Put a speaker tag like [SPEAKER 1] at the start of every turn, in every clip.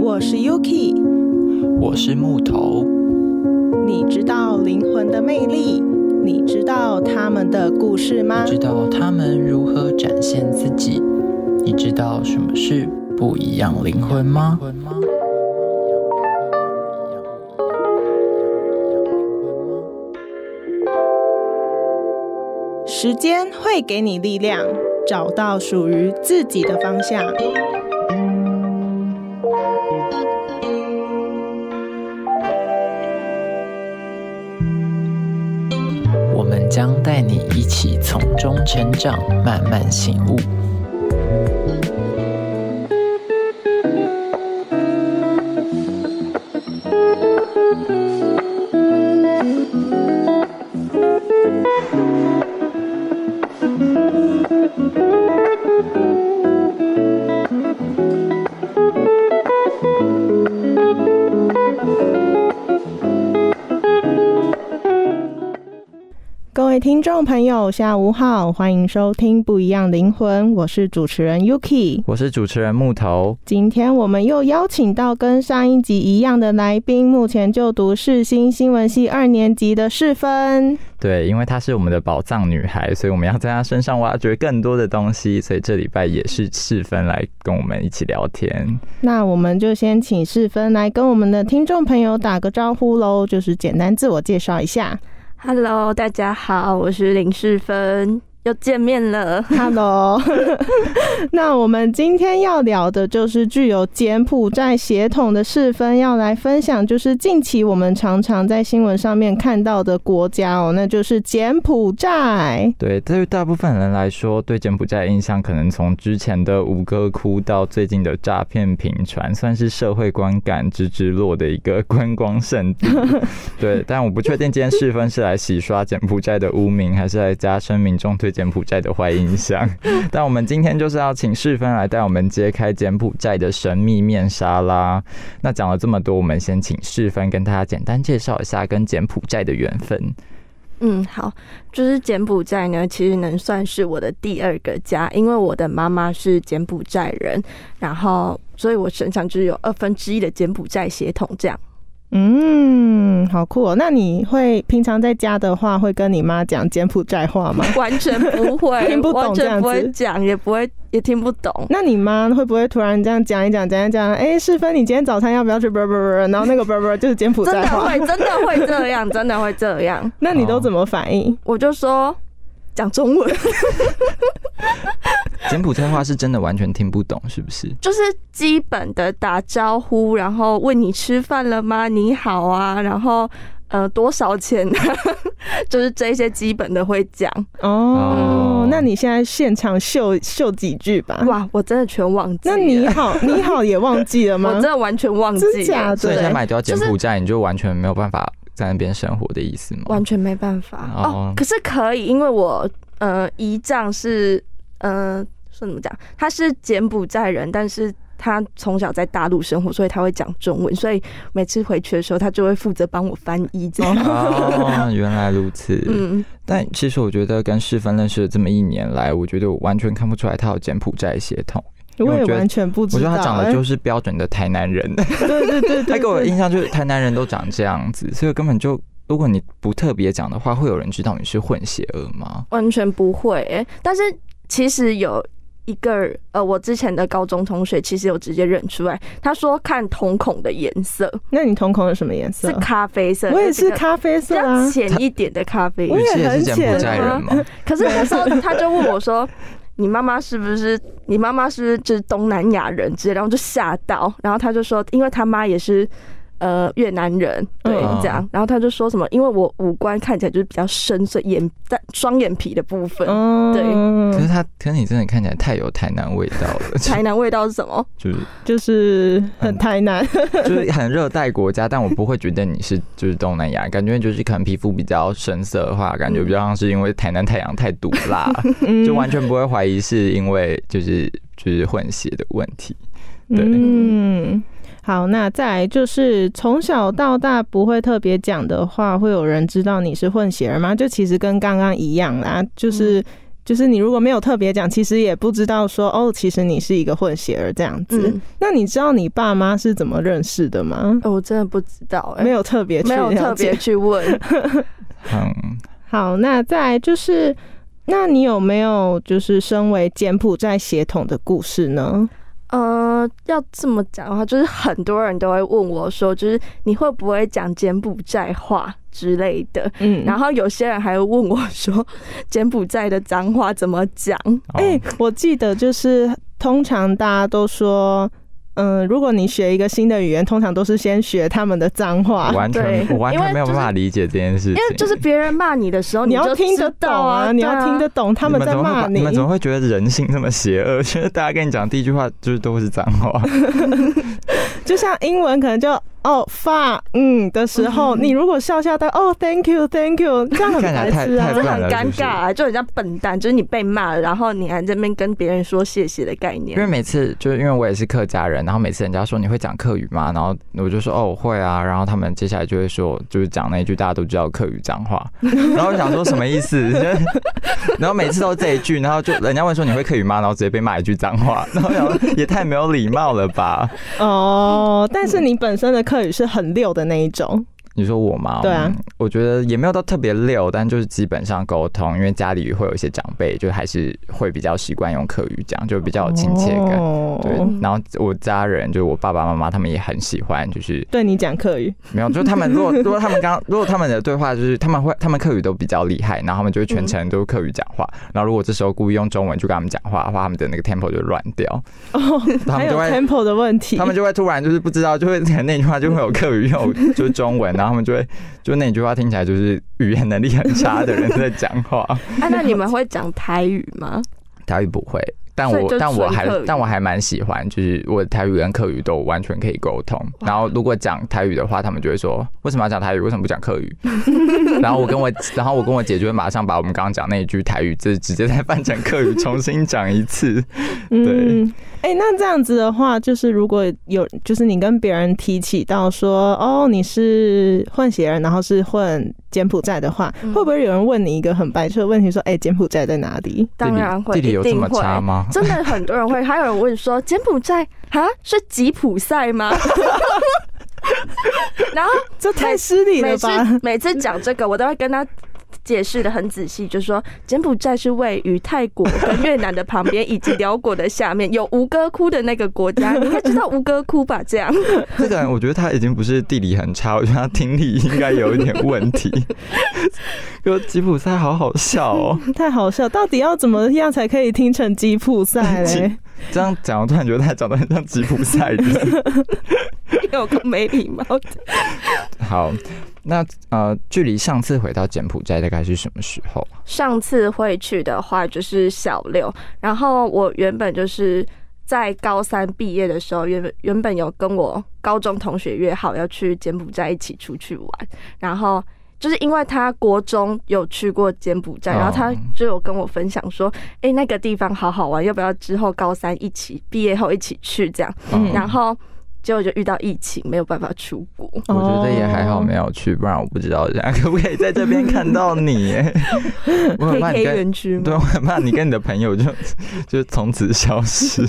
[SPEAKER 1] 我是 Yuki，
[SPEAKER 2] 我是木头。
[SPEAKER 1] 你知道灵魂的魅力？你知道他们的故事吗？
[SPEAKER 2] 知道他们如何展现自己？你知道什么是不一样灵魂吗？
[SPEAKER 1] 时间会给你力量，找到属于自己的方向。
[SPEAKER 2] 我们将带你一起从中成长，慢慢醒悟。
[SPEAKER 1] 各位听众朋友，下午好，欢迎收听《不一样灵魂》，我是主持人 Yuki。
[SPEAKER 3] 我是主持人木头，
[SPEAKER 1] 今天我们又邀请到跟上一集一样的来宾，目前就读世新新闻系二年级的世芬。
[SPEAKER 3] 对，因为她是我们的宝藏女孩，所以我们要在她身上挖掘更多的东西，所以这礼拜也是世芬来跟我们一起聊天。
[SPEAKER 1] 那我们就先请世芬来跟我们的听众朋友打个招呼喽，就是简单自我介绍一下。
[SPEAKER 4] Hello，大家好，我是林世芬，又见面了。
[SPEAKER 1] Hello，那我们今天要聊的就是具有柬埔寨血统的世芬要来分享，就是近期我们常常在新闻上面看到的国家哦，那就是柬埔寨。
[SPEAKER 3] 对，对于大部分人来说，对柬埔寨的印象可能从之前的吴哥窟到最近的诈骗频传，算是社会观感直直落的一个观光胜地。对，但我不确定今天世芬是来洗刷柬埔寨的污名，还是来加深民众对柬埔寨的坏印象。但我们今天就是要请世芬来带我们揭开柬埔寨的神秘面纱啦。那讲了这么多，我们先请世芬跟大家简单介绍一下跟柬埔寨的缘分。
[SPEAKER 4] 嗯，好，就是柬埔寨呢，其实能算是我的第二个家，因为我的妈妈是柬埔寨人，然后所以我身上就是有二分之一的柬埔寨血统 这样。
[SPEAKER 1] 嗯，好酷哦！那你会平常在家的话，会跟你妈讲柬埔寨话吗？
[SPEAKER 4] 完全不会，
[SPEAKER 1] 听不懂
[SPEAKER 4] 完
[SPEAKER 1] 这样子
[SPEAKER 4] 全不会讲，也不会，也听不懂。
[SPEAKER 1] 那你妈会不会突然这样讲一讲，讲一讲？哎、世芬，你今天早餐要不要去？啵啵啵，然后那个啵啵就是柬埔
[SPEAKER 4] 真
[SPEAKER 1] 寨
[SPEAKER 4] 的
[SPEAKER 1] 话，
[SPEAKER 4] 会，真的会这样，真的会这样。
[SPEAKER 1] 那你都怎么反应？
[SPEAKER 4] 我就说讲中文，
[SPEAKER 3] 柬埔寨话是真的完全听不懂，是不是？
[SPEAKER 4] 就是基本的打招呼，然后问你吃饭了吗？你好啊，然后呃多少钱、 啊？就是这些基本的会讲。
[SPEAKER 1] 哦，
[SPEAKER 3] 哦
[SPEAKER 1] 那你现在现场秀秀几句吧。
[SPEAKER 4] 哇，我真的全忘记了。
[SPEAKER 1] 嗯那你好，你好也忘记了
[SPEAKER 4] 我
[SPEAKER 1] 吗
[SPEAKER 4] 真？的完全忘记
[SPEAKER 1] 真假
[SPEAKER 4] 了，
[SPEAKER 1] 的
[SPEAKER 3] 所以现在
[SPEAKER 4] 对，
[SPEAKER 3] 买掉柬埔寨，你就完全没有办法在那边生活的意思吗？
[SPEAKER 4] 完全没办法
[SPEAKER 3] 哦
[SPEAKER 4] 哦。可是可以，因为我呃姨丈是呃说怎么讲，他是柬埔寨人，但是。他从小在大陆生活，所以他会讲中文，所以每次回去的时候，他就会负责帮我翻译这 样。
[SPEAKER 3] 哦，原来如此。
[SPEAKER 4] 嗯，
[SPEAKER 3] 但其实我觉得跟世芬认识了这么一年来，我觉得我完全看不出来他有柬埔寨血统。
[SPEAKER 1] 我
[SPEAKER 3] 因为
[SPEAKER 1] 也
[SPEAKER 3] 我觉得
[SPEAKER 1] 完全不
[SPEAKER 3] 我
[SPEAKER 1] 知
[SPEAKER 3] 觉
[SPEAKER 1] 道、
[SPEAKER 3] 得他长得
[SPEAKER 1] 哎
[SPEAKER 3] 就是标准的台南人，
[SPEAKER 1] 对对对
[SPEAKER 3] 他
[SPEAKER 1] 对
[SPEAKER 3] 给我的
[SPEAKER 1] 对，
[SPEAKER 3] 印象就是台南人都长这样子，所以根本就如果你不特别讲的话，会有人知道你是混血儿吗？
[SPEAKER 4] 完全不会、欸。但是其实有一个呃，我之前的高中同学其实有直接认出来，他说看瞳孔的颜色
[SPEAKER 1] 那你瞳孔是什么颜色
[SPEAKER 4] 是？咖啡色，
[SPEAKER 1] 我也
[SPEAKER 4] 就是比较
[SPEAKER 1] 咖啡
[SPEAKER 4] 比
[SPEAKER 1] 色
[SPEAKER 4] 较
[SPEAKER 1] 啊。
[SPEAKER 4] 浅一点的咖啡
[SPEAKER 1] 我
[SPEAKER 3] 于
[SPEAKER 1] 也
[SPEAKER 3] 是也
[SPEAKER 1] 很
[SPEAKER 3] 是柬
[SPEAKER 1] 浅
[SPEAKER 3] 埔寨人吗？
[SPEAKER 4] 可是那时候他就问我说：“你妈妈是不是？你妈妈是不是就是东南亚人之类？”然后就吓到，然后他就说：“因为他妈也是。”呃，越南人对
[SPEAKER 3] 嗯
[SPEAKER 4] 这样，然后他就说什么，因为我五官看起来就是比较深邃，眼但双眼皮的部分，
[SPEAKER 1] 嗯，
[SPEAKER 3] 可是他，可是你真的看起来太有台南味道了，
[SPEAKER 4] 台南味道是什么？
[SPEAKER 3] 就是
[SPEAKER 1] 就是很
[SPEAKER 3] 嗯
[SPEAKER 1] 台南，
[SPEAKER 3] 就是很热带国家，但我不会觉得你是就是东南亚，感觉就是可能皮肤比较深色的话，感觉比较像是因为台南太阳太毒 辣，
[SPEAKER 1] 嗯
[SPEAKER 3] 就完全不会怀疑是因为就是就是混血的问题。对
[SPEAKER 1] 嗯，好，那再来就是从小到大不会特别
[SPEAKER 4] 嗯
[SPEAKER 1] 讲的话，会有人知道你是混血儿吗？就其实跟刚刚一样啦，就是。就是你如果没有特别讲，其实也不知道说哦，其实你是一个混血儿这样子。
[SPEAKER 4] 嗯
[SPEAKER 1] 那你知道你爸妈是怎么认识的吗？
[SPEAKER 4] 哦我真的不知道哎、
[SPEAKER 1] 没有特别去
[SPEAKER 4] 没有特
[SPEAKER 1] 了解
[SPEAKER 4] 别。去问，
[SPEAKER 3] 嗯，
[SPEAKER 1] 好，那再来就是，那你有没有就是身为柬埔寨血统的故事呢？
[SPEAKER 4] 呃，要这么讲的话，就是很多人都会问我说，就是你会不会讲柬埔寨话之类的。
[SPEAKER 1] 嗯
[SPEAKER 4] 然后有些人还会问我说，柬埔寨的脏话怎么讲？
[SPEAKER 3] 好
[SPEAKER 1] 哎、我记得就是通常大家都说，嗯，如果你学一个新的语言，通常都是先学他们的脏话。
[SPEAKER 3] 完全
[SPEAKER 4] 啊对
[SPEAKER 3] 我完
[SPEAKER 4] 因为
[SPEAKER 3] 全没有
[SPEAKER 4] 就
[SPEAKER 3] 办
[SPEAKER 4] 是
[SPEAKER 3] 法理解这件事情，
[SPEAKER 4] 因为就是别人骂你的时候，
[SPEAKER 1] 你
[SPEAKER 4] 就
[SPEAKER 1] 要听得
[SPEAKER 4] 知
[SPEAKER 1] 懂
[SPEAKER 4] 道啊，
[SPEAKER 1] 你
[SPEAKER 4] 对
[SPEAKER 1] 要
[SPEAKER 4] 啊
[SPEAKER 1] 听得懂他
[SPEAKER 3] 你
[SPEAKER 1] 在
[SPEAKER 3] 怎么会
[SPEAKER 1] 骂
[SPEAKER 3] 把你们怎么会觉得人性这么邪恶？ 觉得大家跟你讲第一句话就是都是脏话，
[SPEAKER 1] 就像英文可能就哦发嗯的时候，你如果笑笑的哦 thank you thank you，这样很
[SPEAKER 3] 看起来
[SPEAKER 1] 白
[SPEAKER 3] 太
[SPEAKER 1] 痴啊
[SPEAKER 3] 太
[SPEAKER 4] 这
[SPEAKER 3] 不。然
[SPEAKER 4] 很
[SPEAKER 3] 了
[SPEAKER 4] 尴
[SPEAKER 3] 就是
[SPEAKER 4] 尬、啊，就很像笨蛋，就是你被骂了，然后你还在那边跟别人说谢谢的概
[SPEAKER 3] 因
[SPEAKER 4] 念
[SPEAKER 3] 为。每次就是因为我也是客家人，然后每次人家说你会讲客语吗？然后我就说哦我会啊，然后他们接下来就会说就是讲那一句大家都知道客语脏话，然后我想说什么意思？ 就是然后每次都这一句，然后就人家问说你会客语吗？然后直接被骂一句脏话， 然后我想说也太没有礼貌了吧？
[SPEAKER 1] 哦，但是你本身的课语是很溜的那一种，
[SPEAKER 3] 你说我吗？
[SPEAKER 1] 对啊
[SPEAKER 3] 嗯，我觉得也没有到特别溜，但就是基本上沟通，因为家里会有一些长辈，就还是会比较习惯用客语讲，就比较有亲切感。
[SPEAKER 1] 哦
[SPEAKER 3] 对，然后我家人就是我爸爸妈妈，他们也很喜欢，就是
[SPEAKER 1] 对你讲课语，
[SPEAKER 3] 没有，就是他们如果如果他们刚如果他们的对话就是他们会他们客语都比较厉害，然后他们就会全程都是客语讲话，然后如果这时候故意用中文去跟他们讲话的话，他们的那个 tempo 就乱掉，
[SPEAKER 1] 哦，
[SPEAKER 3] 他
[SPEAKER 1] 还
[SPEAKER 3] 们
[SPEAKER 1] 有
[SPEAKER 3] 就会
[SPEAKER 1] tempo 的问题，
[SPEAKER 3] 他们就会突然就是不知道，就会那句话就会有客语，又有就是中文，然后他们就会就那句话听起来就是语言能力很差的人在讲话。
[SPEAKER 4] 哎、那你们会讲台语吗？
[SPEAKER 3] 台语不会，但
[SPEAKER 4] 所以
[SPEAKER 3] 我
[SPEAKER 4] 就
[SPEAKER 3] 但我
[SPEAKER 4] 纯
[SPEAKER 3] 还
[SPEAKER 4] 客语
[SPEAKER 3] 但我还蛮喜欢，就是我的台语跟客语都完全可以沟通。然后如果讲台语的话，他们就会说为什么要讲台语，为什么不讲 客语？然后我跟我然后我跟我姐就会马上把我们刚刚讲那一句台语，就是直接再翻成客语重新讲一次。对
[SPEAKER 1] 嗯，哎、那这样子的话，就是如果有，就是你跟别人提起到说，哦，你是混血儿，然后是混柬埔寨的话，
[SPEAKER 4] 嗯
[SPEAKER 1] 会不会有人问你一个很白痴的问题，说，哎、柬埔寨在哪里？
[SPEAKER 4] 当然会，
[SPEAKER 3] 地理地理有
[SPEAKER 4] 一
[SPEAKER 3] 这
[SPEAKER 4] 定
[SPEAKER 3] 么
[SPEAKER 4] 会。
[SPEAKER 3] 差吗？
[SPEAKER 4] 真的很多人会，还有人问说柬埔寨啊是吉普赛吗？然后
[SPEAKER 1] 这太失礼
[SPEAKER 4] 每
[SPEAKER 1] 了
[SPEAKER 4] 次
[SPEAKER 1] 吧？
[SPEAKER 4] 每次讲这个，我都会跟他解释的很仔细，就说柬埔寨是位于泰国跟越南的旁边，以及辽国的下面，有吴哥窟的那个国家，你应该知道吴哥窟吧？这样，
[SPEAKER 3] 这个人我觉得他已经不是地理很差，我觉得他听力应该有一点问 题。就吉普赛好好笑哦，
[SPEAKER 1] 太好笑，到底要怎么样才可以听成吉普赛嘞
[SPEAKER 3] 吉？ 这样讲我突然觉得他长得很像吉普赛人。
[SPEAKER 4] 有个没礼貌的。
[SPEAKER 3] 好，那呃，距离上次回到柬埔寨大概是什么时候？
[SPEAKER 4] 上次会去的话就是小六，然后我原本就是在高三毕业的时候，原本原本有跟我高中同学约好要去柬埔寨一起出去玩，然后。就是因为他国中有去过柬埔寨，
[SPEAKER 3] 哦
[SPEAKER 4] 然后他就有跟我分享说，哎、那个地方好好玩，要不要之后高三一起毕业后一起去这样？
[SPEAKER 1] 嗯
[SPEAKER 3] 啊
[SPEAKER 4] 然后结果就遇到疫情，没有办法出国。
[SPEAKER 3] 我觉得也还好
[SPEAKER 1] 哦
[SPEAKER 3] 没有去，不然我不知道这样可不可以在这边看到 你。我
[SPEAKER 4] 可
[SPEAKER 3] 很
[SPEAKER 4] 以
[SPEAKER 3] 怕
[SPEAKER 4] K
[SPEAKER 3] 哦你跟
[SPEAKER 4] 园 区
[SPEAKER 3] 对，
[SPEAKER 4] 吗？
[SPEAKER 3] 我很怕你跟你的朋友就就从此消 失。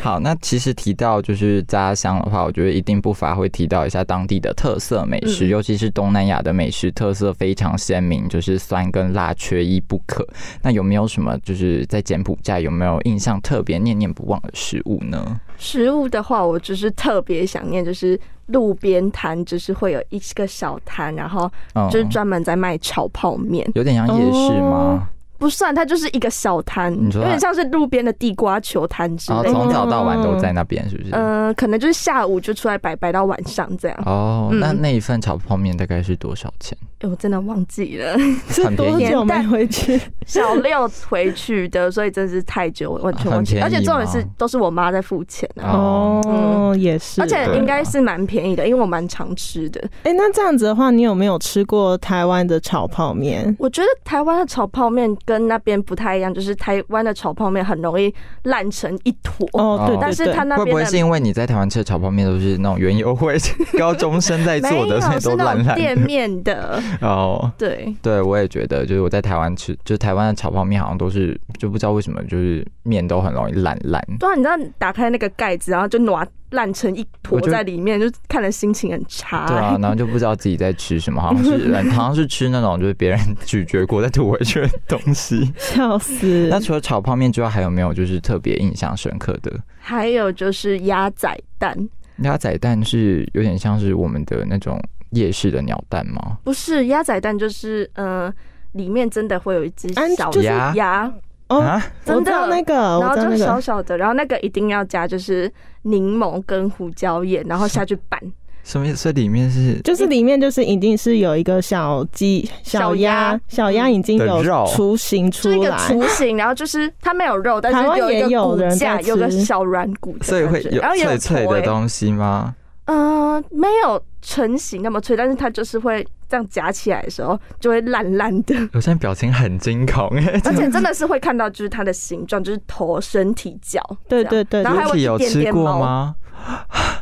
[SPEAKER 3] 好，那其实提到就是家乡的话，我觉得一定不乏会提到一下当地的特色美食，
[SPEAKER 4] 嗯
[SPEAKER 3] 尤其是东南亚的美食特色非常鲜明，就是酸跟辣缺一不可。那有没有什么就是在柬埔寨有没有印象特别念念不忘的食物呢？
[SPEAKER 4] 食物的话，我就是特别想念，就是路边摊，就是会有一个小摊，然后
[SPEAKER 3] 嗯
[SPEAKER 4] 就是专哦门在卖炒泡面，
[SPEAKER 3] 有点像夜市吗？
[SPEAKER 4] 不算，它就是一个小摊，
[SPEAKER 3] 你说
[SPEAKER 4] 有
[SPEAKER 3] 它
[SPEAKER 4] 点像是路边的地瓜球摊之
[SPEAKER 3] 然后
[SPEAKER 4] 类
[SPEAKER 3] 从
[SPEAKER 4] 的。
[SPEAKER 3] 早到晚都在那边，是不是？
[SPEAKER 4] 嗯、可能就是下午就出来摆摆到晚上这样。
[SPEAKER 3] 哦，那
[SPEAKER 4] 嗯
[SPEAKER 3] 那一份炒泡面大概是多少钱？
[SPEAKER 4] 哎我真的忘 记了，
[SPEAKER 1] 是
[SPEAKER 3] 很便
[SPEAKER 1] 多
[SPEAKER 3] 宜
[SPEAKER 1] 久没回去？
[SPEAKER 4] 小六回去的，所以真是太久，我完全忘记。
[SPEAKER 3] 很便宜
[SPEAKER 4] 而且重点是
[SPEAKER 3] 吗
[SPEAKER 4] 都是我妈在付钱啊，
[SPEAKER 3] 哦
[SPEAKER 1] 哦，也是。
[SPEAKER 4] 而且
[SPEAKER 3] 对
[SPEAKER 4] 应该是蛮便宜的，因为我蛮常吃的。
[SPEAKER 1] 哎、那这样子的话，你有没有吃过台湾的炒泡面？
[SPEAKER 4] 我觉得台湾的炒泡面跟那边不太一样，就是台湾的炒泡面很容易烂成一坨，
[SPEAKER 1] 哦，对对对，
[SPEAKER 4] 但是它那
[SPEAKER 3] 会不
[SPEAKER 4] 边
[SPEAKER 3] 会
[SPEAKER 4] 的
[SPEAKER 3] 是因为你在台湾吃的炒泡面都是那种原油会 高中生在
[SPEAKER 4] 没
[SPEAKER 3] 做的，所
[SPEAKER 4] 有
[SPEAKER 3] 以
[SPEAKER 4] 是
[SPEAKER 3] 都
[SPEAKER 4] 那
[SPEAKER 3] 烂
[SPEAKER 4] 种
[SPEAKER 3] 烂
[SPEAKER 4] 店
[SPEAKER 3] 的？
[SPEAKER 4] 面的，
[SPEAKER 3] 哦，
[SPEAKER 4] 对，
[SPEAKER 3] 对我也觉得，就是我在台湾吃，就是台湾的炒泡面好像都是，就不知道为什么，就是面都很容易烂烂。
[SPEAKER 4] 对啊，你知道你打开那个盖子，然后就暖烂成一坨
[SPEAKER 3] 我就
[SPEAKER 4] 在里面，就看了心情很差、
[SPEAKER 3] 对啊，然后就不知道自己在吃什么，好像 是好像是吃那种就是别人咀嚼过再吐回去的东西。
[SPEAKER 1] 笑死
[SPEAKER 3] 那！除了炒泡面之外，还有没有就是特别印象深刻的？
[SPEAKER 4] 还有就是鸭仔蛋，
[SPEAKER 3] 鸭仔蛋是有点像是我们的那种夜市的鸟蛋吗？
[SPEAKER 4] 不是鸭仔蛋，就是呃，里面真的会有一只
[SPEAKER 1] 安
[SPEAKER 4] 小
[SPEAKER 1] 就是
[SPEAKER 4] 的
[SPEAKER 3] 啊鸭哦
[SPEAKER 1] 哦，
[SPEAKER 4] 鸭，
[SPEAKER 3] 啊，
[SPEAKER 1] 我
[SPEAKER 4] 真
[SPEAKER 1] 知道
[SPEAKER 4] 的
[SPEAKER 1] 那个，
[SPEAKER 4] 然
[SPEAKER 1] 我
[SPEAKER 4] 后
[SPEAKER 1] 知道
[SPEAKER 4] 就
[SPEAKER 1] 那
[SPEAKER 4] 小
[SPEAKER 1] 个，
[SPEAKER 4] 小的，然后那个一定要加就是柠檬跟胡椒盐，然后下去拌。
[SPEAKER 3] 什么意思？所以里面是
[SPEAKER 1] 就是里面就是一定是有一个小鸡、小
[SPEAKER 4] 小
[SPEAKER 1] 鸭
[SPEAKER 4] 鸭、
[SPEAKER 1] 小鸭已经有
[SPEAKER 3] 的肉
[SPEAKER 1] 雏形
[SPEAKER 4] 就
[SPEAKER 1] 出
[SPEAKER 4] 一个
[SPEAKER 1] 来，
[SPEAKER 4] 雏形，然后就是它没有肉，但
[SPEAKER 1] 台湾
[SPEAKER 4] 是有一
[SPEAKER 1] 也
[SPEAKER 4] 个
[SPEAKER 1] 有
[SPEAKER 4] 骨
[SPEAKER 1] 人在
[SPEAKER 4] 架，
[SPEAKER 1] 吃
[SPEAKER 4] 有个小软骨的感觉，
[SPEAKER 3] 所以会有
[SPEAKER 4] 然后也有
[SPEAKER 3] 脆脆
[SPEAKER 4] 头
[SPEAKER 3] 的
[SPEAKER 4] 欸，
[SPEAKER 3] 东西吗？
[SPEAKER 4] 嗯，没有成型那么脆，但是它就是会这样夹起来的时候就会烂烂的，
[SPEAKER 3] 我现在表情很惊恐哎，
[SPEAKER 4] 而且真的是会看到就是它的形状，就是头、身体、脚，
[SPEAKER 1] 对
[SPEAKER 4] 这样
[SPEAKER 1] 对对
[SPEAKER 4] 然后还
[SPEAKER 3] 体有
[SPEAKER 4] 有一点
[SPEAKER 3] 吃
[SPEAKER 4] 点
[SPEAKER 3] 过
[SPEAKER 4] 毛
[SPEAKER 3] 吗？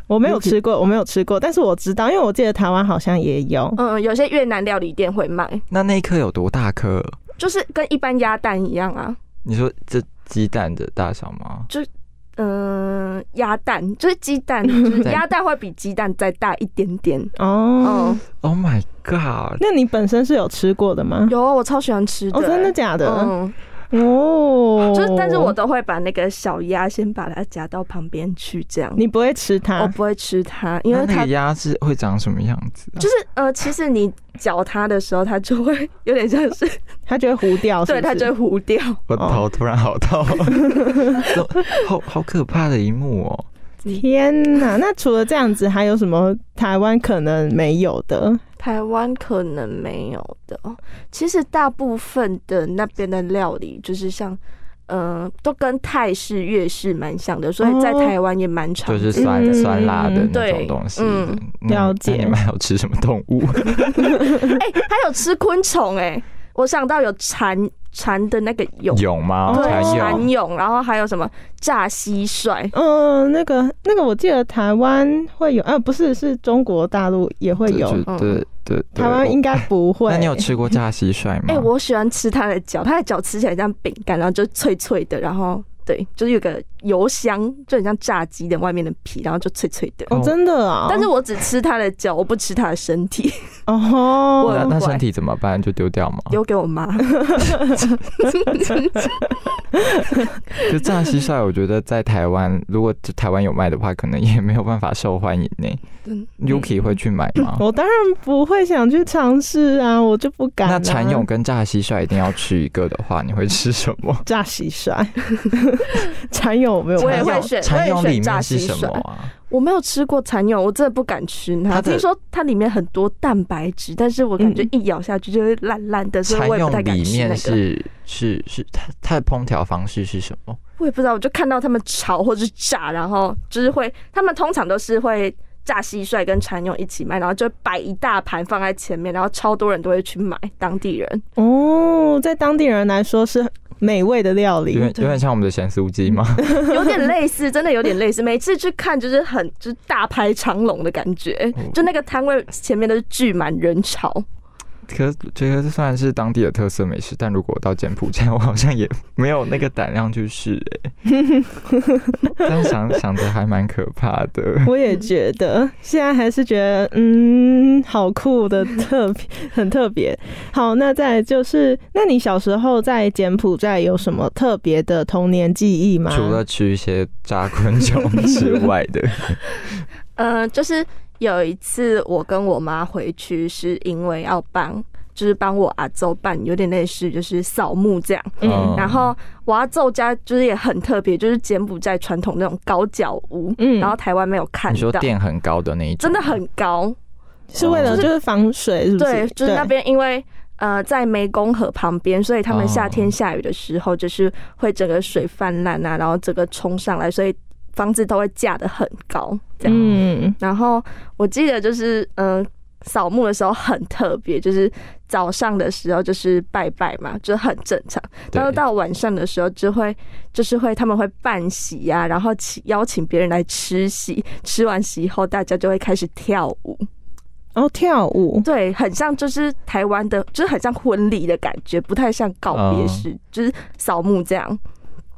[SPEAKER 1] 我没有
[SPEAKER 3] 尤其
[SPEAKER 1] 吃过，我没有吃过，但是我知道，因为我记得台湾好像也有，
[SPEAKER 4] 嗯，有些越南料理店会卖，
[SPEAKER 3] 那那一颗有多大颗？
[SPEAKER 4] 就是跟一般鸭蛋一样啊，
[SPEAKER 3] 你说这鸡蛋的大小吗？
[SPEAKER 4] 嗯，鸭蛋就是鸡 蛋，就是
[SPEAKER 3] 对
[SPEAKER 4] 鸭蛋会比鸡蛋再大一点点。
[SPEAKER 1] 哦，
[SPEAKER 4] 嗯，
[SPEAKER 3] Oh my god！
[SPEAKER 1] 那你本身是有吃过的吗？
[SPEAKER 4] 有啊我超喜欢吃的、
[SPEAKER 1] 哦，真的假的？
[SPEAKER 4] 嗯，
[SPEAKER 1] 哦，
[SPEAKER 4] 就是但是我都会把那个小鸭先把它夹到旁边去，这样。
[SPEAKER 1] 你不啊会吃
[SPEAKER 4] 我
[SPEAKER 1] 它，
[SPEAKER 4] 不会吃它，因
[SPEAKER 3] 那
[SPEAKER 4] 为
[SPEAKER 3] 那
[SPEAKER 4] 它
[SPEAKER 3] 个鸭是会长什么样子、啊？
[SPEAKER 4] 就是呃，其实你嚼它的时候，它就会有点像 是，
[SPEAKER 1] 它就会糊掉，哦是不
[SPEAKER 4] 对，
[SPEAKER 1] 是
[SPEAKER 4] 它就会糊掉。
[SPEAKER 3] 我头突然好痛，
[SPEAKER 4] 哦
[SPEAKER 3] 好好可怕的一幕哦！
[SPEAKER 1] 天哪！那除了这样子，还有什么台湾可能没有的？
[SPEAKER 4] 台湾可能没有的，其实大部分的那边的料理就是像。呃，都跟泰式、粤式蛮像的，所以在
[SPEAKER 1] 哦
[SPEAKER 4] 台湾也蛮常
[SPEAKER 3] 就
[SPEAKER 4] 见。
[SPEAKER 3] 是酸、
[SPEAKER 1] 嗯
[SPEAKER 3] 酸辣的那种
[SPEAKER 4] 对
[SPEAKER 3] 东西。
[SPEAKER 4] 嗯
[SPEAKER 3] 那
[SPEAKER 1] 了解
[SPEAKER 3] 那你们还有吃什么动物？
[SPEAKER 4] 哎、还有吃昆虫哎、我想到有蝉蝉的那个蛹，
[SPEAKER 3] 有吗？
[SPEAKER 1] 对
[SPEAKER 3] 还
[SPEAKER 4] 对，蝉
[SPEAKER 3] 有
[SPEAKER 4] 蛹，然后还有什么炸蟋蟀，
[SPEAKER 1] 嗯，那个那个，我记得台湾会有，啊，不是，是中国大陆也会有，
[SPEAKER 3] 对对对，对哦
[SPEAKER 1] 台湾应该不会。
[SPEAKER 3] 那你有吃过炸蟋蟀吗？
[SPEAKER 4] 哎、我喜欢吃它的脚，它的脚吃起来像饼干，然后就脆脆的，然后对，就是有个油香，就很像炸鸡的外面的皮，然后就脆脆的。
[SPEAKER 1] 哦，真的啊、
[SPEAKER 4] 但是我只吃它的脚，我不吃它的 身体，
[SPEAKER 1] 哦吼，
[SPEAKER 3] 那
[SPEAKER 4] 我
[SPEAKER 3] 那身体怎么办？就丢掉吗？
[SPEAKER 4] 留给我妈。
[SPEAKER 3] 就炸蟋蟀，我觉得在台湾，如果台湾有卖的话，可能也没有办法受欢迎呢。
[SPEAKER 4] 嗯
[SPEAKER 3] Yuki 会去买吗？
[SPEAKER 1] 我当然不会想去尝试啊，我就不敢、啊。
[SPEAKER 3] 那蚕蛹跟炸蟋蟀一定要吃一个的话，你会吃什 么？
[SPEAKER 1] 炸蟋 蟀，蚕蛹我没有
[SPEAKER 4] 我
[SPEAKER 1] 办
[SPEAKER 4] 也
[SPEAKER 1] 法，
[SPEAKER 4] 会选
[SPEAKER 3] 蚕
[SPEAKER 4] 我
[SPEAKER 3] 蛹
[SPEAKER 4] 也选
[SPEAKER 3] 里面
[SPEAKER 4] 炸
[SPEAKER 3] 是
[SPEAKER 4] 蟋
[SPEAKER 3] 什么
[SPEAKER 4] 蟀
[SPEAKER 3] 啊？
[SPEAKER 4] 我没有吃过蚕蛹，我真的不敢吃
[SPEAKER 3] 它
[SPEAKER 4] 它。
[SPEAKER 3] 的
[SPEAKER 4] 听说它里面很多蛋白质，但是我感觉
[SPEAKER 1] 嗯
[SPEAKER 4] 一咬下去就会烂烂的，所
[SPEAKER 3] 蚕
[SPEAKER 4] 以我也不
[SPEAKER 3] 蛹
[SPEAKER 4] 太敢
[SPEAKER 3] 里
[SPEAKER 4] 吃那
[SPEAKER 3] 面
[SPEAKER 4] 个。
[SPEAKER 3] 是是是它它的烹调方式是什么？
[SPEAKER 4] 我也不知道，我就看到他们炒或是炸，然后就是会，他们通常都是会炸蟋蟀跟蚕蛹一起卖，然后就摆一大盘放在前面，然后超多人都会去买，当地 人。
[SPEAKER 1] 哦，在当地人来说是美味的料
[SPEAKER 3] 有
[SPEAKER 1] 理
[SPEAKER 3] 点。有点像我们的咸酥鸡吗？
[SPEAKER 4] 有点类似，真的有点类似。每次去看就是很就是大排长龙的感觉
[SPEAKER 3] 哦，
[SPEAKER 4] 就那个摊位前面都是聚满人潮。
[SPEAKER 3] 可是觉得虽然是当地的特色美食，但如果我到柬埔寨，我好像也没有那个胆量去试哎、这样想想着还蛮可怕 的。
[SPEAKER 1] 我也觉得，现在还是觉得，嗯，好酷的特别， 很特别。好，那再来就是，那你小时候在柬埔寨有什么特别的童年记忆吗？
[SPEAKER 3] 除了吃一些炸昆虫之外的，
[SPEAKER 4] 嗯，就是有一次我跟我妈回去，是因为要帮，就是帮我阿周办，有点类似就是扫墓这样。
[SPEAKER 1] 嗯
[SPEAKER 4] 然后我阿周家就是也很特别，就是柬埔寨传统那种高脚屋，
[SPEAKER 1] 嗯
[SPEAKER 4] 然后台湾没有看
[SPEAKER 3] 你说
[SPEAKER 4] 到，
[SPEAKER 3] 店很高的那一种，
[SPEAKER 4] 真的很高。
[SPEAKER 1] 是为了就是防水，是不是？
[SPEAKER 4] 哦对，就是那边因为呃在湄公河旁边，所以他们夏天下雨的时候，就是会整个水泛滥啊，然后整个冲上来，所以房子都会架得很高这样。
[SPEAKER 1] 嗯，
[SPEAKER 4] 然后我记得就是嗯。呃扫墓的时候很特别，就是早上的时候就是拜拜嘛，就很正常。
[SPEAKER 3] 对
[SPEAKER 4] 然后到晚上的时候就会就是会他们会办席啊，然后请邀请别人来吃席，吃完席后大家就会开始跳舞。
[SPEAKER 1] 哦，跳舞，
[SPEAKER 4] 对，很像就是台湾的，就是很像婚礼的感觉，不太像告别
[SPEAKER 3] 哦
[SPEAKER 4] 式，就是扫墓这样。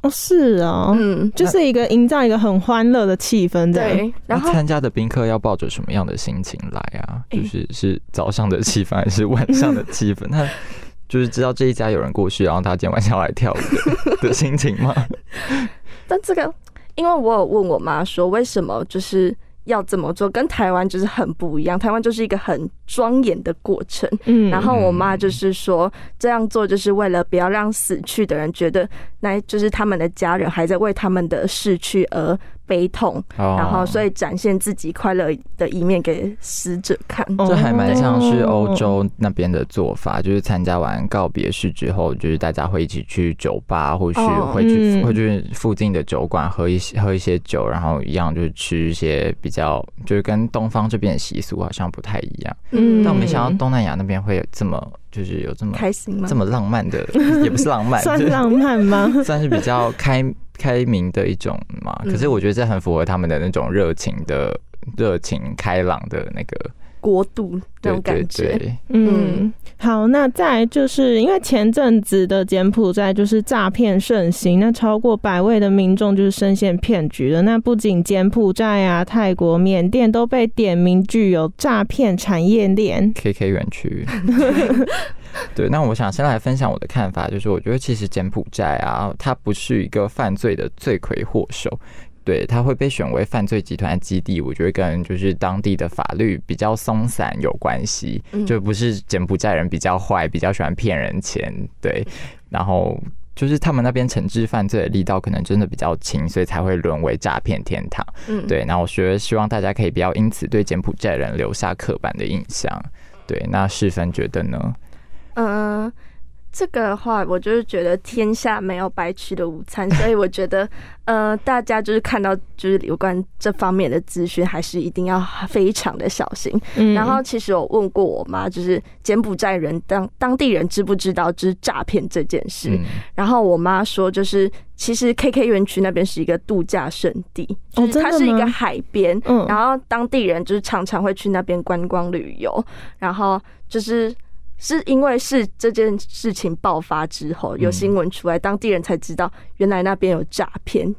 [SPEAKER 1] 哦，是哦，
[SPEAKER 4] 嗯，
[SPEAKER 1] 就是一个营造一个很欢乐的气氛，这样，
[SPEAKER 4] 对。然后
[SPEAKER 3] 那参加的宾客要抱着什么样的心情来啊？
[SPEAKER 4] 诶
[SPEAKER 3] 就是是早上的气氛还是晚上的气 氛？那就是知道这一家有人过世，然后他今天晚上要来跳舞的的心情吗？
[SPEAKER 4] 但这个，因为我有问我妈说，为什么就是要这么做，跟台湾就是很不一样。台湾就是一个很庄严的过程。
[SPEAKER 1] 嗯，
[SPEAKER 4] 然后我妈就是说，这样做就是为了不要让死去的人觉得，那就是他们的家人还在为他们的逝去而悲痛， 然
[SPEAKER 3] 然
[SPEAKER 4] 后所
[SPEAKER 3] 以。
[SPEAKER 4] 以展现自己快乐的一面给死者看。
[SPEAKER 1] 哦
[SPEAKER 3] 这还蛮像是欧洲那边的做法，就是参加完告别式之后，就是大家会一起去酒吧，或许
[SPEAKER 4] 哦
[SPEAKER 3] 会去、
[SPEAKER 1] 嗯
[SPEAKER 3] 会去附近的酒馆喝一些喝一些酒，然后一样就是吃一些比较就是跟东方这边的习俗好像不太一样。
[SPEAKER 1] 嗯
[SPEAKER 3] 但我没想到东南亚那边会有这么，就是有这么
[SPEAKER 4] 开心吗？
[SPEAKER 3] 这么浪漫的，也不是浪漫，
[SPEAKER 1] 算
[SPEAKER 3] 就是
[SPEAKER 1] 浪漫吗？
[SPEAKER 3] 算是比较开开明的一种嘛。
[SPEAKER 4] 嗯
[SPEAKER 3] 可是我觉得这很符合他们的那种热情的热情开朗的那个
[SPEAKER 4] 国度
[SPEAKER 3] 对
[SPEAKER 4] 那种感
[SPEAKER 3] 对
[SPEAKER 4] 觉。
[SPEAKER 3] 对，
[SPEAKER 1] 嗯
[SPEAKER 4] 嗯，
[SPEAKER 1] 好，那再来就是因为前阵子的柬埔寨就是诈骗盛行，那超过百位的民众就是深陷骗局了。那不仅柬埔寨啊、泰国、缅甸都被点名具有诈骗产业链。
[SPEAKER 3] KK 园区。对，那我想先来分享我的看法，就是我觉得其实柬埔寨啊，它不是一个犯罪的罪魁祸首。对，它会被选为犯罪集团的基地，我觉得跟就是当地的法律比较松散有关系，
[SPEAKER 4] 嗯
[SPEAKER 3] 就不是柬埔寨人比较坏，比较喜欢骗人钱，对，然后就是他们那边惩治犯罪的力道可能真的比较轻，所以才会沦为诈骗天堂。
[SPEAKER 4] 嗯，
[SPEAKER 3] 对，那我觉得希望大家可以不要因此对柬埔寨人留下刻板的印象。对，那世芬觉得呢？
[SPEAKER 4] 嗯、这个的话，我就是觉得天下没有白吃的午餐，所以我觉得， 呃，大家就是看到就是有关这方面的资讯，还是一定要非常的小心。
[SPEAKER 1] 嗯，
[SPEAKER 4] 然后其实我问过我妈，就是柬埔寨人当当地人知不知道就是诈骗这件事，
[SPEAKER 3] 嗯，
[SPEAKER 4] 然后我妈说，就是其实 KK 园区那边是一个度假胜地，
[SPEAKER 1] 哦
[SPEAKER 4] 就是
[SPEAKER 1] 真
[SPEAKER 4] 它
[SPEAKER 1] 的
[SPEAKER 4] 是一
[SPEAKER 1] 吗
[SPEAKER 4] 个海边，
[SPEAKER 1] 嗯
[SPEAKER 4] 然后当地人就是常常会去那边观光旅游，然后就是。是因为是这件事情爆发之后，有
[SPEAKER 3] 嗯
[SPEAKER 4] 新闻出来，当地人才知道原来那边有诈骗。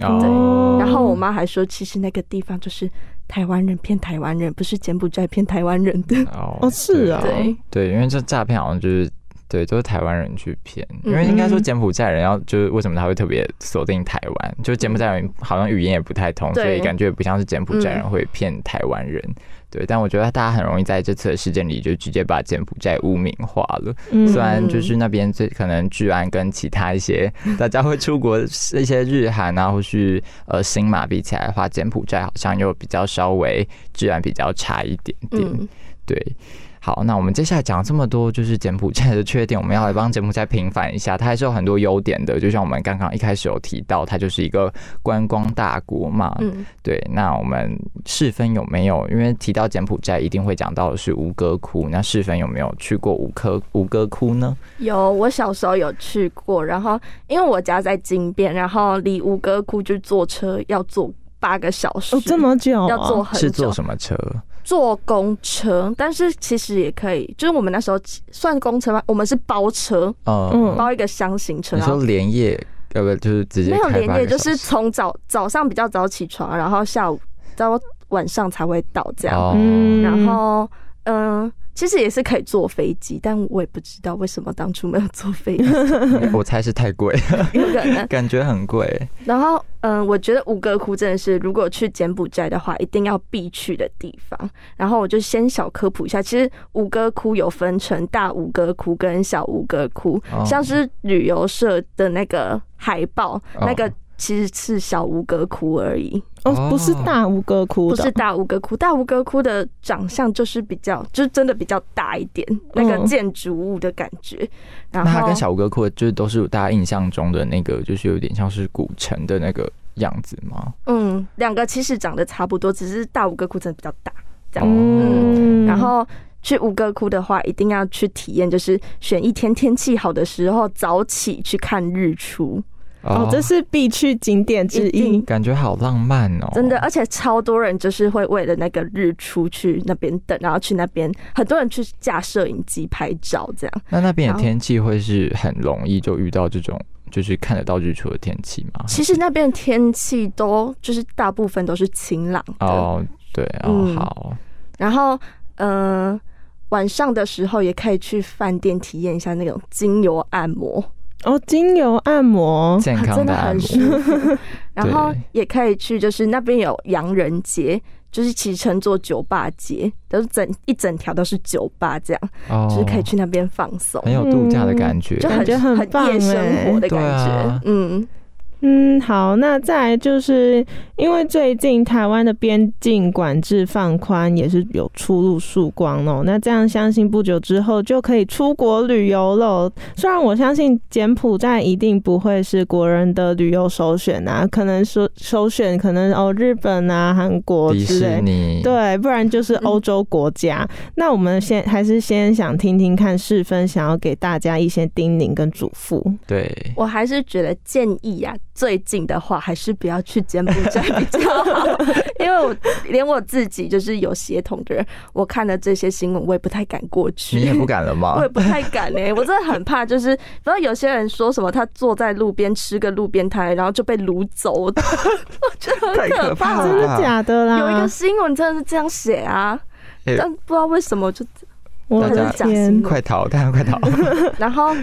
[SPEAKER 1] 哦
[SPEAKER 4] 然后我妈还说，其实那个地方就是台湾人骗台湾人，不是柬埔寨骗台湾人的。
[SPEAKER 3] 哦
[SPEAKER 1] 哦是哦
[SPEAKER 4] 对
[SPEAKER 3] 对，因为这诈骗好像就是对，都是台湾人去骗，因为
[SPEAKER 4] 嗯
[SPEAKER 3] 应该说柬埔寨人要就是为什么他会特别锁定台湾，就是柬埔寨人好像语言也不太通，所
[SPEAKER 4] 对
[SPEAKER 3] 以感觉也不像是柬埔寨人会骗台湾人。对，但我觉得大家很容易在这次的事件里就直接把柬埔寨污名化了。
[SPEAKER 4] 嗯
[SPEAKER 1] 嗯
[SPEAKER 3] 虽然就是那边最可能治安跟其他一 些大家会出国一些日韩啊，或是呃新马比起来的话，柬埔寨好像又比较稍微治安比较差一点点。
[SPEAKER 4] 嗯，
[SPEAKER 3] 对，好，那我们接下来讲这么多，就是柬埔寨的缺点，我们要来帮柬埔寨平反一下，它还是有很多优点的。就像我们刚刚一开始有提到，它就是一个观光大国嘛。
[SPEAKER 4] 嗯，
[SPEAKER 3] 对，那我们世芬有没有？因为提到柬埔寨，一定会讲到的是吴哥窟。那世芬有没有去过吴科吴哥窟呢？
[SPEAKER 4] 有，我小时候有去过，然后因为我家在金边，然后离吴哥窟就坐车要坐八个小时，
[SPEAKER 1] 哦这么久、啊，
[SPEAKER 4] 要坐很久，
[SPEAKER 3] 哦是坐什么车？
[SPEAKER 4] 坐公车，但是其实也可以，就是我们那时候算公车吗？我们是包车，
[SPEAKER 1] 嗯
[SPEAKER 3] 嗯，
[SPEAKER 4] 包一个箱型车，
[SPEAKER 3] 你
[SPEAKER 4] 然后
[SPEAKER 3] 说连夜，呃，不，就是直接
[SPEAKER 4] 没有
[SPEAKER 3] 开
[SPEAKER 4] 连
[SPEAKER 3] 八
[SPEAKER 4] 夜，
[SPEAKER 3] 个
[SPEAKER 4] 就
[SPEAKER 3] 小时
[SPEAKER 4] 是从早早上比较早起床，然后下午到晚上才会到这样，
[SPEAKER 3] 哦
[SPEAKER 1] 嗯，
[SPEAKER 4] 然后嗯。其实也是可以坐飞机，但我也不知道为什么当初没有坐飞机， 嗯
[SPEAKER 3] 我猜是太贵，
[SPEAKER 4] 有可能
[SPEAKER 3] 感觉很贵。
[SPEAKER 4] 然后，嗯，我觉得吴哥窟真的是，如果去柬埔寨的话，一定要必去的地方。然后我就先小科普一下，其实吴哥窟有分成大吴哥窟跟小吴哥窟，
[SPEAKER 3] 哦
[SPEAKER 4] 像是旅游社的那个海报，
[SPEAKER 3] 哦
[SPEAKER 4] 那个其实是小吴哥窟而已，
[SPEAKER 1] 哦不是大吴哥窟
[SPEAKER 4] 不
[SPEAKER 1] 的，
[SPEAKER 4] 是大吴哥窟。大吴哥窟的长相就是比较，就是真的比较大一点，那个
[SPEAKER 1] 嗯
[SPEAKER 4] 建筑物的感觉。
[SPEAKER 3] 那
[SPEAKER 4] 然
[SPEAKER 3] 它
[SPEAKER 4] 后
[SPEAKER 3] 跟小哥窟就是都是大家印象中的那个，就是有点像是古城的那个样子吗？
[SPEAKER 4] 嗯，两个其实长得差不多，只是大吴哥窟真的比较大。这样
[SPEAKER 3] 哦
[SPEAKER 1] 嗯，
[SPEAKER 4] 然后去吴哥窟的话，一定要去体验，就是选一天天气好的时候早起去看日出。
[SPEAKER 1] 哦，这是必去景点之一
[SPEAKER 4] 一定。
[SPEAKER 3] 感觉好浪漫哦，
[SPEAKER 4] 真的，而且超多人就是会为了那个日出去那边等，然后去那边，很多人去架摄影机拍照，这样
[SPEAKER 3] 那那边
[SPEAKER 4] 好
[SPEAKER 3] 的天气会是很容易就遇到这种就是看得到日出的天气吗？
[SPEAKER 4] 其实那边的天气都就是大部分都是晴朗的，
[SPEAKER 3] 哦，对，哦
[SPEAKER 4] 嗯，
[SPEAKER 3] 好，
[SPEAKER 4] 然后嗯、呃晚上的时候也可以去饭店体验一下那种精油按摩，
[SPEAKER 1] 哦，精油按摩，
[SPEAKER 3] 健
[SPEAKER 4] 它
[SPEAKER 3] 康
[SPEAKER 4] 真的
[SPEAKER 3] 按
[SPEAKER 4] 很
[SPEAKER 3] 摩，
[SPEAKER 4] 舒服。然 后
[SPEAKER 3] 对
[SPEAKER 4] 也可以去，就是那边有洋人街，就是其实称作酒吧街，都是整一整条都是酒吧，这样、
[SPEAKER 3] 哦
[SPEAKER 4] 就是可以去那边放松。
[SPEAKER 3] 很有度假的感觉，
[SPEAKER 4] 就很
[SPEAKER 1] 感觉很棒
[SPEAKER 4] 夜生活的感觉，
[SPEAKER 3] 欸对啊
[SPEAKER 4] 嗯，
[SPEAKER 1] 嗯，好，那再来就是因为最近台湾的边境管制放宽，也是有出入曙光哦。那这样相信不久之后就可以出国旅游喽。虽然我相信柬埔寨一定不会是国人的旅游首选啊，可能说首选可能哦日本啊、韩国
[SPEAKER 3] 迪
[SPEAKER 1] 之类
[SPEAKER 3] 士。尼，
[SPEAKER 1] 对，不然就是欧洲国家。
[SPEAKER 4] 嗯
[SPEAKER 1] 那我们先还是先想听听看世芬想要给大家一些叮咛跟嘱咐。
[SPEAKER 3] 对，
[SPEAKER 4] 我还是觉得建议啊，最近的话还是不要去柬埔寨比较好， 因为我连我自己就是有血统的人，我看了这些新闻，我也不太敢过去，
[SPEAKER 3] 你也不敢了吗
[SPEAKER 4] 我也？不太敢呢、欸我真的很怕，就是不知道有些人说什么，他坐在路边吃个路边摊，然后就被掳走，我我觉得很
[SPEAKER 3] 太可怕
[SPEAKER 4] 怕。
[SPEAKER 3] 了
[SPEAKER 1] 真的假的啦？
[SPEAKER 4] 啊有一个新闻真的是这样写啊，
[SPEAKER 3] 哎
[SPEAKER 4] 但不知道为什么就
[SPEAKER 1] 我
[SPEAKER 3] 大
[SPEAKER 1] 的哦
[SPEAKER 3] 家
[SPEAKER 1] 天，
[SPEAKER 3] 快逃，大家快 逃！
[SPEAKER 4] 然后，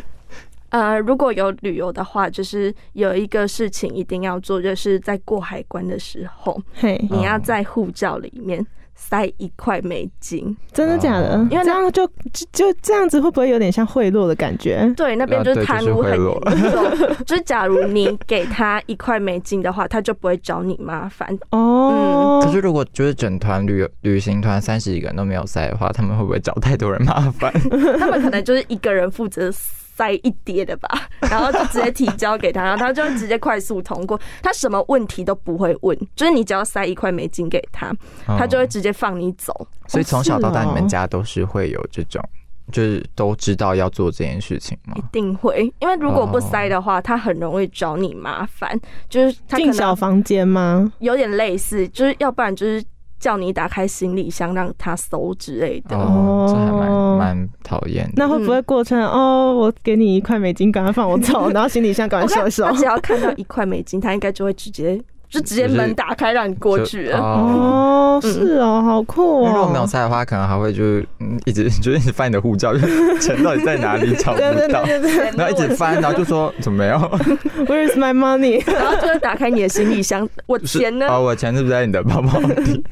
[SPEAKER 4] 呃，如果有旅游的话，就是有一个事情一定要做，就是在过海关的时候，
[SPEAKER 1] 嘿，
[SPEAKER 4] 你
[SPEAKER 3] 哦
[SPEAKER 4] 要在护照里面塞一块美金。
[SPEAKER 1] 真的假的
[SPEAKER 3] 哦？
[SPEAKER 1] 因为这样就就就这样子，会不会有点像贿赂的感觉？
[SPEAKER 4] 对，那边
[SPEAKER 3] 啊
[SPEAKER 4] 就是
[SPEAKER 3] 对
[SPEAKER 4] 贪
[SPEAKER 3] 就是
[SPEAKER 4] 污很
[SPEAKER 3] 贿
[SPEAKER 4] 严
[SPEAKER 3] 赂
[SPEAKER 4] 重。就是假如你给他一块美金的话，他就不会找你麻烦。
[SPEAKER 1] 哦，
[SPEAKER 3] 可是如果就是整团旅游旅行团三十几个人都没有塞的话，他们会不会找太多人麻 烦？
[SPEAKER 4] 他们可能就是一个人负责塞一叠的 吧，然后就直接提交给他，然后他就直接快速通过，他什么问题都不会问，就是你只要塞一块美金给他，他就会
[SPEAKER 3] 嗯。
[SPEAKER 4] 直接放你走。
[SPEAKER 3] 所以从小到大，
[SPEAKER 1] 哦是哦
[SPEAKER 3] 你们家都是会有这种，就是都知道要做这件事情吗
[SPEAKER 4] 一？定会，因为如果不塞的话，他很容易找你麻烦，就是他可
[SPEAKER 1] 进小
[SPEAKER 4] 能
[SPEAKER 1] 房间吗？
[SPEAKER 4] 有点类似，就是要不然就是叫你打开行李箱让他搜之类的。
[SPEAKER 3] 哦，这还蛮
[SPEAKER 1] 哦
[SPEAKER 3] 蛮讨厌的。
[SPEAKER 1] 那会不会过
[SPEAKER 4] 嗯
[SPEAKER 1] 程？哦，我给你一块美金，赶快放我 走，然后行李箱赶
[SPEAKER 4] 我
[SPEAKER 1] 快哦收
[SPEAKER 4] 看
[SPEAKER 1] 一收
[SPEAKER 4] 他。只要看到一块美金，他应该就会直接就直接
[SPEAKER 3] 就是
[SPEAKER 4] 门打开让你过
[SPEAKER 3] 就
[SPEAKER 4] 去了。
[SPEAKER 3] 哦。
[SPEAKER 1] 哦，
[SPEAKER 4] 嗯
[SPEAKER 1] 是哦，好酷
[SPEAKER 3] 因为如果没有
[SPEAKER 1] 哦！
[SPEAKER 3] 塞的话，可能还会就是嗯一直就是一直翻你的护照，就是钱到底在 哪里找不
[SPEAKER 1] 对对
[SPEAKER 3] 到，
[SPEAKER 1] 对对对
[SPEAKER 3] 然后一直翻，然后就说怎么没有？
[SPEAKER 1] ，Where is my money？
[SPEAKER 4] 然后就会打开你的行 李箱，我
[SPEAKER 3] 是
[SPEAKER 4] 钱呢？
[SPEAKER 3] 哦，我钱是不是在你的包包 里？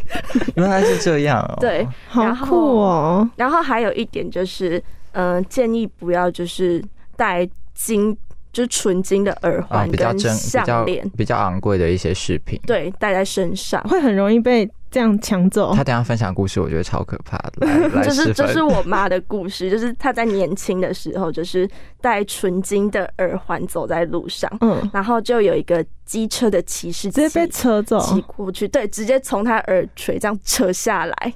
[SPEAKER 3] 原来是这样哦。
[SPEAKER 4] 对，
[SPEAKER 1] 好酷哦！
[SPEAKER 4] 然后还有一点就是，嗯、建议不要就是戴金，就是纯金的耳
[SPEAKER 3] 啊，
[SPEAKER 4] 环
[SPEAKER 3] 比较
[SPEAKER 4] 跟
[SPEAKER 3] 珍比较
[SPEAKER 4] 项链，
[SPEAKER 3] 比较昂贵的一些饰品。
[SPEAKER 4] 对，戴在身上。
[SPEAKER 1] 会很容易被这样抢走
[SPEAKER 3] 他。等一下分享故事，我觉得超可怕 的。来 来，
[SPEAKER 4] 哦这是
[SPEAKER 3] 示
[SPEAKER 4] 这
[SPEAKER 3] 范
[SPEAKER 4] 是我妈的故事，就是她在年轻的时候，就是戴纯金的耳环走在路上，
[SPEAKER 1] 嗯，
[SPEAKER 4] 然后就有一个机车的骑士骑
[SPEAKER 1] 直接被扯走。
[SPEAKER 4] 骑过去，对，直接从她耳垂这样扯下来，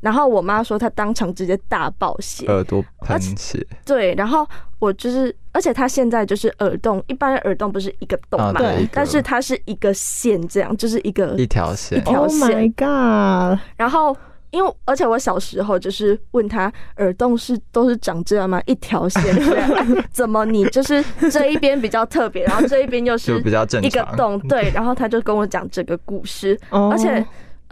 [SPEAKER 4] 然后我妈说她当场直接大爆血，
[SPEAKER 3] 耳朵
[SPEAKER 4] 而
[SPEAKER 3] 喷
[SPEAKER 4] 且
[SPEAKER 3] 血，
[SPEAKER 4] 对，然后我就是，而且它现在就是耳洞，一般的耳洞不是一个洞
[SPEAKER 3] 啊
[SPEAKER 4] 嘛，
[SPEAKER 3] 对一个
[SPEAKER 4] 但是它是一个线，这样就是一个
[SPEAKER 3] 一。条线
[SPEAKER 4] 一。条
[SPEAKER 1] Oh
[SPEAKER 4] 线
[SPEAKER 1] my god！
[SPEAKER 4] 然后因为而且我小时候就是问他耳洞是都是长这样吗？一条线 这样，怎么你就是这一边比较特别，然后这一边又
[SPEAKER 3] 就是比较正
[SPEAKER 4] 一个
[SPEAKER 3] 常，
[SPEAKER 4] 洞，对，然后他就跟我讲这个故事，
[SPEAKER 1] 哦
[SPEAKER 4] 而且。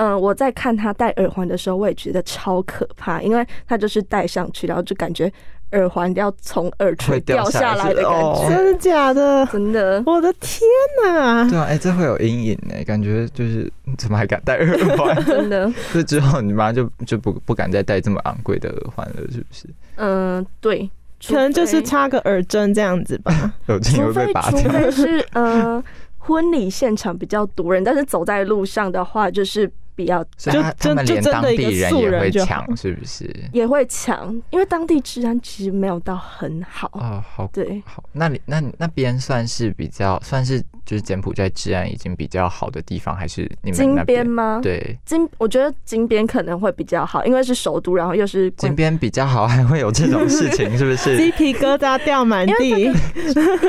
[SPEAKER 4] 嗯，我在看他戴耳环的时候，我也觉得超可怕，因为他就是戴上去，然后就感觉耳环要从耳垂
[SPEAKER 3] 会掉
[SPEAKER 4] 掉下
[SPEAKER 3] 下
[SPEAKER 4] 来
[SPEAKER 3] 来
[SPEAKER 4] 的感觉，
[SPEAKER 3] 哦
[SPEAKER 1] 真的假的？
[SPEAKER 4] 真的。
[SPEAKER 1] 我的天哪、
[SPEAKER 3] 对啊，哎、这会有阴影哎、感觉就是怎么还敢戴耳环？
[SPEAKER 4] 真 的，
[SPEAKER 3] 就之后你妈就就不不敢再戴这么昂贵的耳环了，是不是？
[SPEAKER 4] 嗯，对，
[SPEAKER 1] 可能就是
[SPEAKER 4] 除
[SPEAKER 1] 插个耳针这样子吧。
[SPEAKER 3] 耳
[SPEAKER 4] 非
[SPEAKER 3] 镜也
[SPEAKER 4] 除
[SPEAKER 3] 会
[SPEAKER 4] 非
[SPEAKER 3] 被拔
[SPEAKER 4] 除
[SPEAKER 3] 掉。
[SPEAKER 4] 非是呃婚礼现场比较多人，但是走在路上的话，就是比较
[SPEAKER 3] 所以他
[SPEAKER 1] 就
[SPEAKER 3] 他们
[SPEAKER 1] 就
[SPEAKER 3] 连
[SPEAKER 1] 真
[SPEAKER 3] 当
[SPEAKER 1] 的一个
[SPEAKER 3] 地人
[SPEAKER 1] 素
[SPEAKER 3] 也
[SPEAKER 1] 人
[SPEAKER 3] 会
[SPEAKER 1] 就好
[SPEAKER 3] 抢，是不是？
[SPEAKER 4] 也会抢，因为当地治安其实没有到很好。
[SPEAKER 3] 哦，好
[SPEAKER 4] 对，
[SPEAKER 3] 好，那你那你那边算是比较算是就是柬埔寨治安已经比较好的地方，还是你们
[SPEAKER 4] 金
[SPEAKER 3] 那
[SPEAKER 4] 边
[SPEAKER 3] 边？
[SPEAKER 4] 吗？，
[SPEAKER 3] 对，
[SPEAKER 4] 金我觉得金边可能会比较好，因为是首都，然后又是
[SPEAKER 3] 金边比较好，还会有这种事情，是不
[SPEAKER 1] 鸡
[SPEAKER 3] 是？
[SPEAKER 1] 皮疙瘩掉满地。
[SPEAKER 4] 应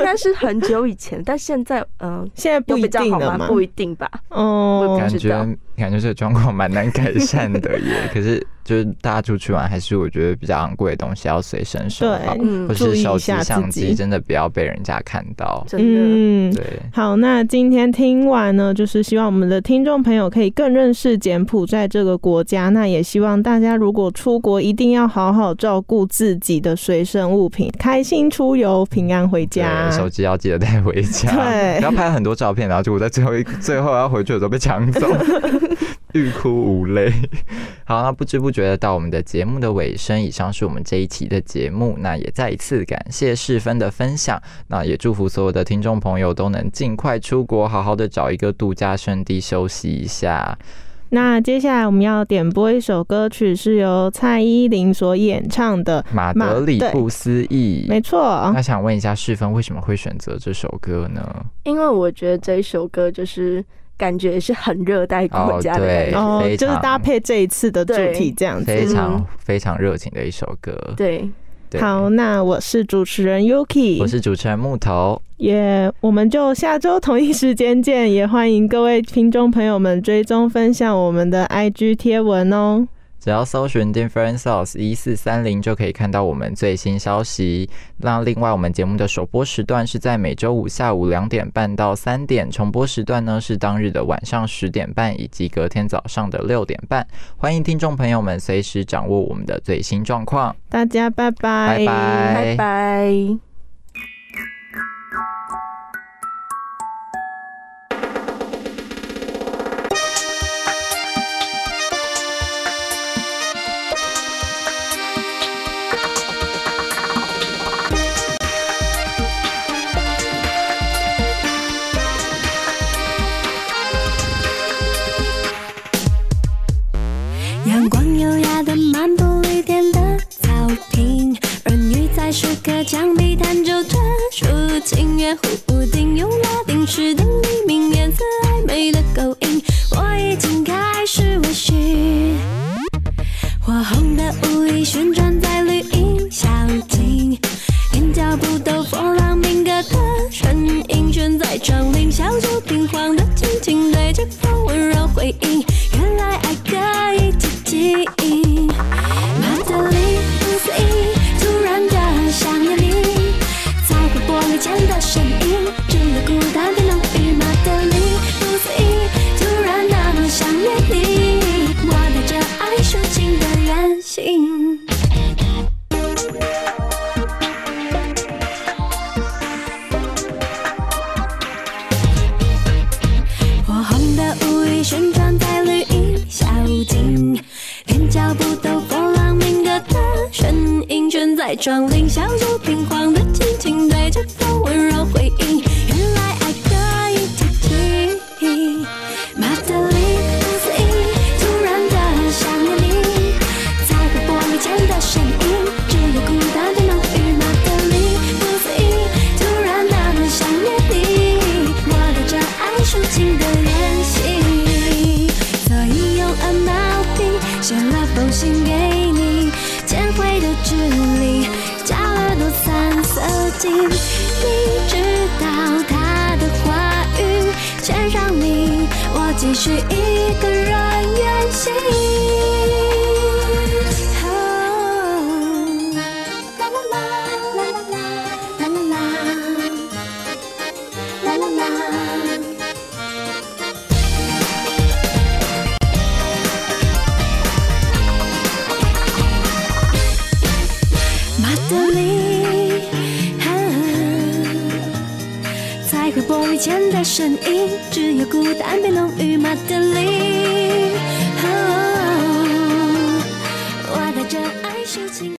[SPEAKER 4] 该是很久以 前，但现在嗯、呃
[SPEAKER 1] 现在不
[SPEAKER 4] 又
[SPEAKER 1] 一
[SPEAKER 4] 比较
[SPEAKER 1] 定
[SPEAKER 4] 好
[SPEAKER 1] 了
[SPEAKER 4] 吗？
[SPEAKER 1] 嘛，
[SPEAKER 4] 不一定吧。
[SPEAKER 1] 哦，
[SPEAKER 4] 我
[SPEAKER 3] 感
[SPEAKER 4] 不知
[SPEAKER 3] 觉
[SPEAKER 4] 道
[SPEAKER 3] 感觉这个状况蛮难改善的耶。可是就是大家出去玩，还是我觉得比较昂贵的东西要随身手
[SPEAKER 1] 对
[SPEAKER 3] 好，
[SPEAKER 4] 嗯
[SPEAKER 3] 或
[SPEAKER 1] 注
[SPEAKER 3] 是
[SPEAKER 1] 意一
[SPEAKER 3] 手机
[SPEAKER 1] 下自
[SPEAKER 3] 相
[SPEAKER 1] 己
[SPEAKER 3] 机，真的不要被人家看到。
[SPEAKER 4] 真的，
[SPEAKER 1] 嗯，
[SPEAKER 3] 对，
[SPEAKER 1] 好，那今天听完呢，就是希望我们的听众朋友可以更认识柬埔寨这个国家。那也希望大家如果出国，一定要好好照顾自己的随身物品，开心出游，平安回家
[SPEAKER 3] 对。手机要记得带回家，
[SPEAKER 1] 对
[SPEAKER 3] 不要拍很多照片，然后结果在最后一最后要回去的时候被抢走，欲哭无泪。 好，那不知不觉的到我们的节目的尾声，以上是我们这一期的节目，那也再一次感谢世芬的分享，那也祝福所有的听众朋友都能尽快出国，好好的找一个度假胜地休息一下。
[SPEAKER 1] 那接下来我们要点播一首歌曲，是由蔡依林所演唱的，
[SPEAKER 3] 马
[SPEAKER 1] 马
[SPEAKER 3] 德里
[SPEAKER 1] 对
[SPEAKER 3] 不思议。
[SPEAKER 1] 没错
[SPEAKER 3] 那，想问一下，世芬为什么会选择这首歌呢？
[SPEAKER 4] 因为我觉得这一首歌就是感觉是很热带国家的感
[SPEAKER 3] 也
[SPEAKER 4] 觉，
[SPEAKER 3] 是
[SPEAKER 1] 哦
[SPEAKER 3] 非，
[SPEAKER 1] 就是搭
[SPEAKER 3] 常
[SPEAKER 1] 配这一次的主
[SPEAKER 4] 对
[SPEAKER 1] 题这样子。
[SPEAKER 3] 非常
[SPEAKER 4] 嗯
[SPEAKER 3] 非常热情的一首歌。
[SPEAKER 4] 对，
[SPEAKER 3] 对
[SPEAKER 1] 好，，那我是主持人 Yuki，
[SPEAKER 3] 我是主持人木头，
[SPEAKER 1] 也、我们就下周同一时间见，也欢迎各位听众朋友们追踪分享我们的 IG 贴文哦。
[SPEAKER 3] 只要搜寻 Different Source 一四三零就可以看到我们最新消息。那另外，我们节目的首播时段是在每周五下午两点半到三点，重播时段呢是当日的晚上十点半以及隔天早上的六点半。欢迎听众朋友们随时掌握我们的最新状况。
[SPEAKER 1] 大家拜拜，
[SPEAKER 3] 拜拜
[SPEAKER 1] 哎
[SPEAKER 4] 拜拜。
[SPEAKER 5] 阳光优雅地漫步绿田的草坪，儿女在树壳墙壁弹奏着抒情乐，互不定用拉丁诗定黎明颜色暧昧的勾引，我已经开始微醺。火红的舞衣旋转在绿荫小径，连脚步都佛朗明哥的身影，悬在窗棂，小酒瓶晃得轻轻，对着风温柔回应。原来爱可以奇迹，马德里不思议，突然的想念你，踩过玻璃前的身影，只有孤单的浓郁。马德里不思议，突然那么想念你，我带着爱抒情的任性。火红的舞衣旋转在绿荫小径，连脚步都波浪明的的身影，悬在窗棂，小酒瓶晃得轻轻，对着风温柔回应。原来爱可以提起，马德里不思议，突然的想念你，踩过玻璃前的身影，只有孤单的浓郁。马德里不思议，突然那么想念你，我带着爱抒情的任性，所以用 MLP 写了封信给你，减灰的距离加了多三色精，你知道他的话语，全让你我继续一个人远行。哦啦啦啦啦啦啦啦啦啦啦啦。马德里，啊再会玻璃前的身影，只有孤单被浓郁。马德啊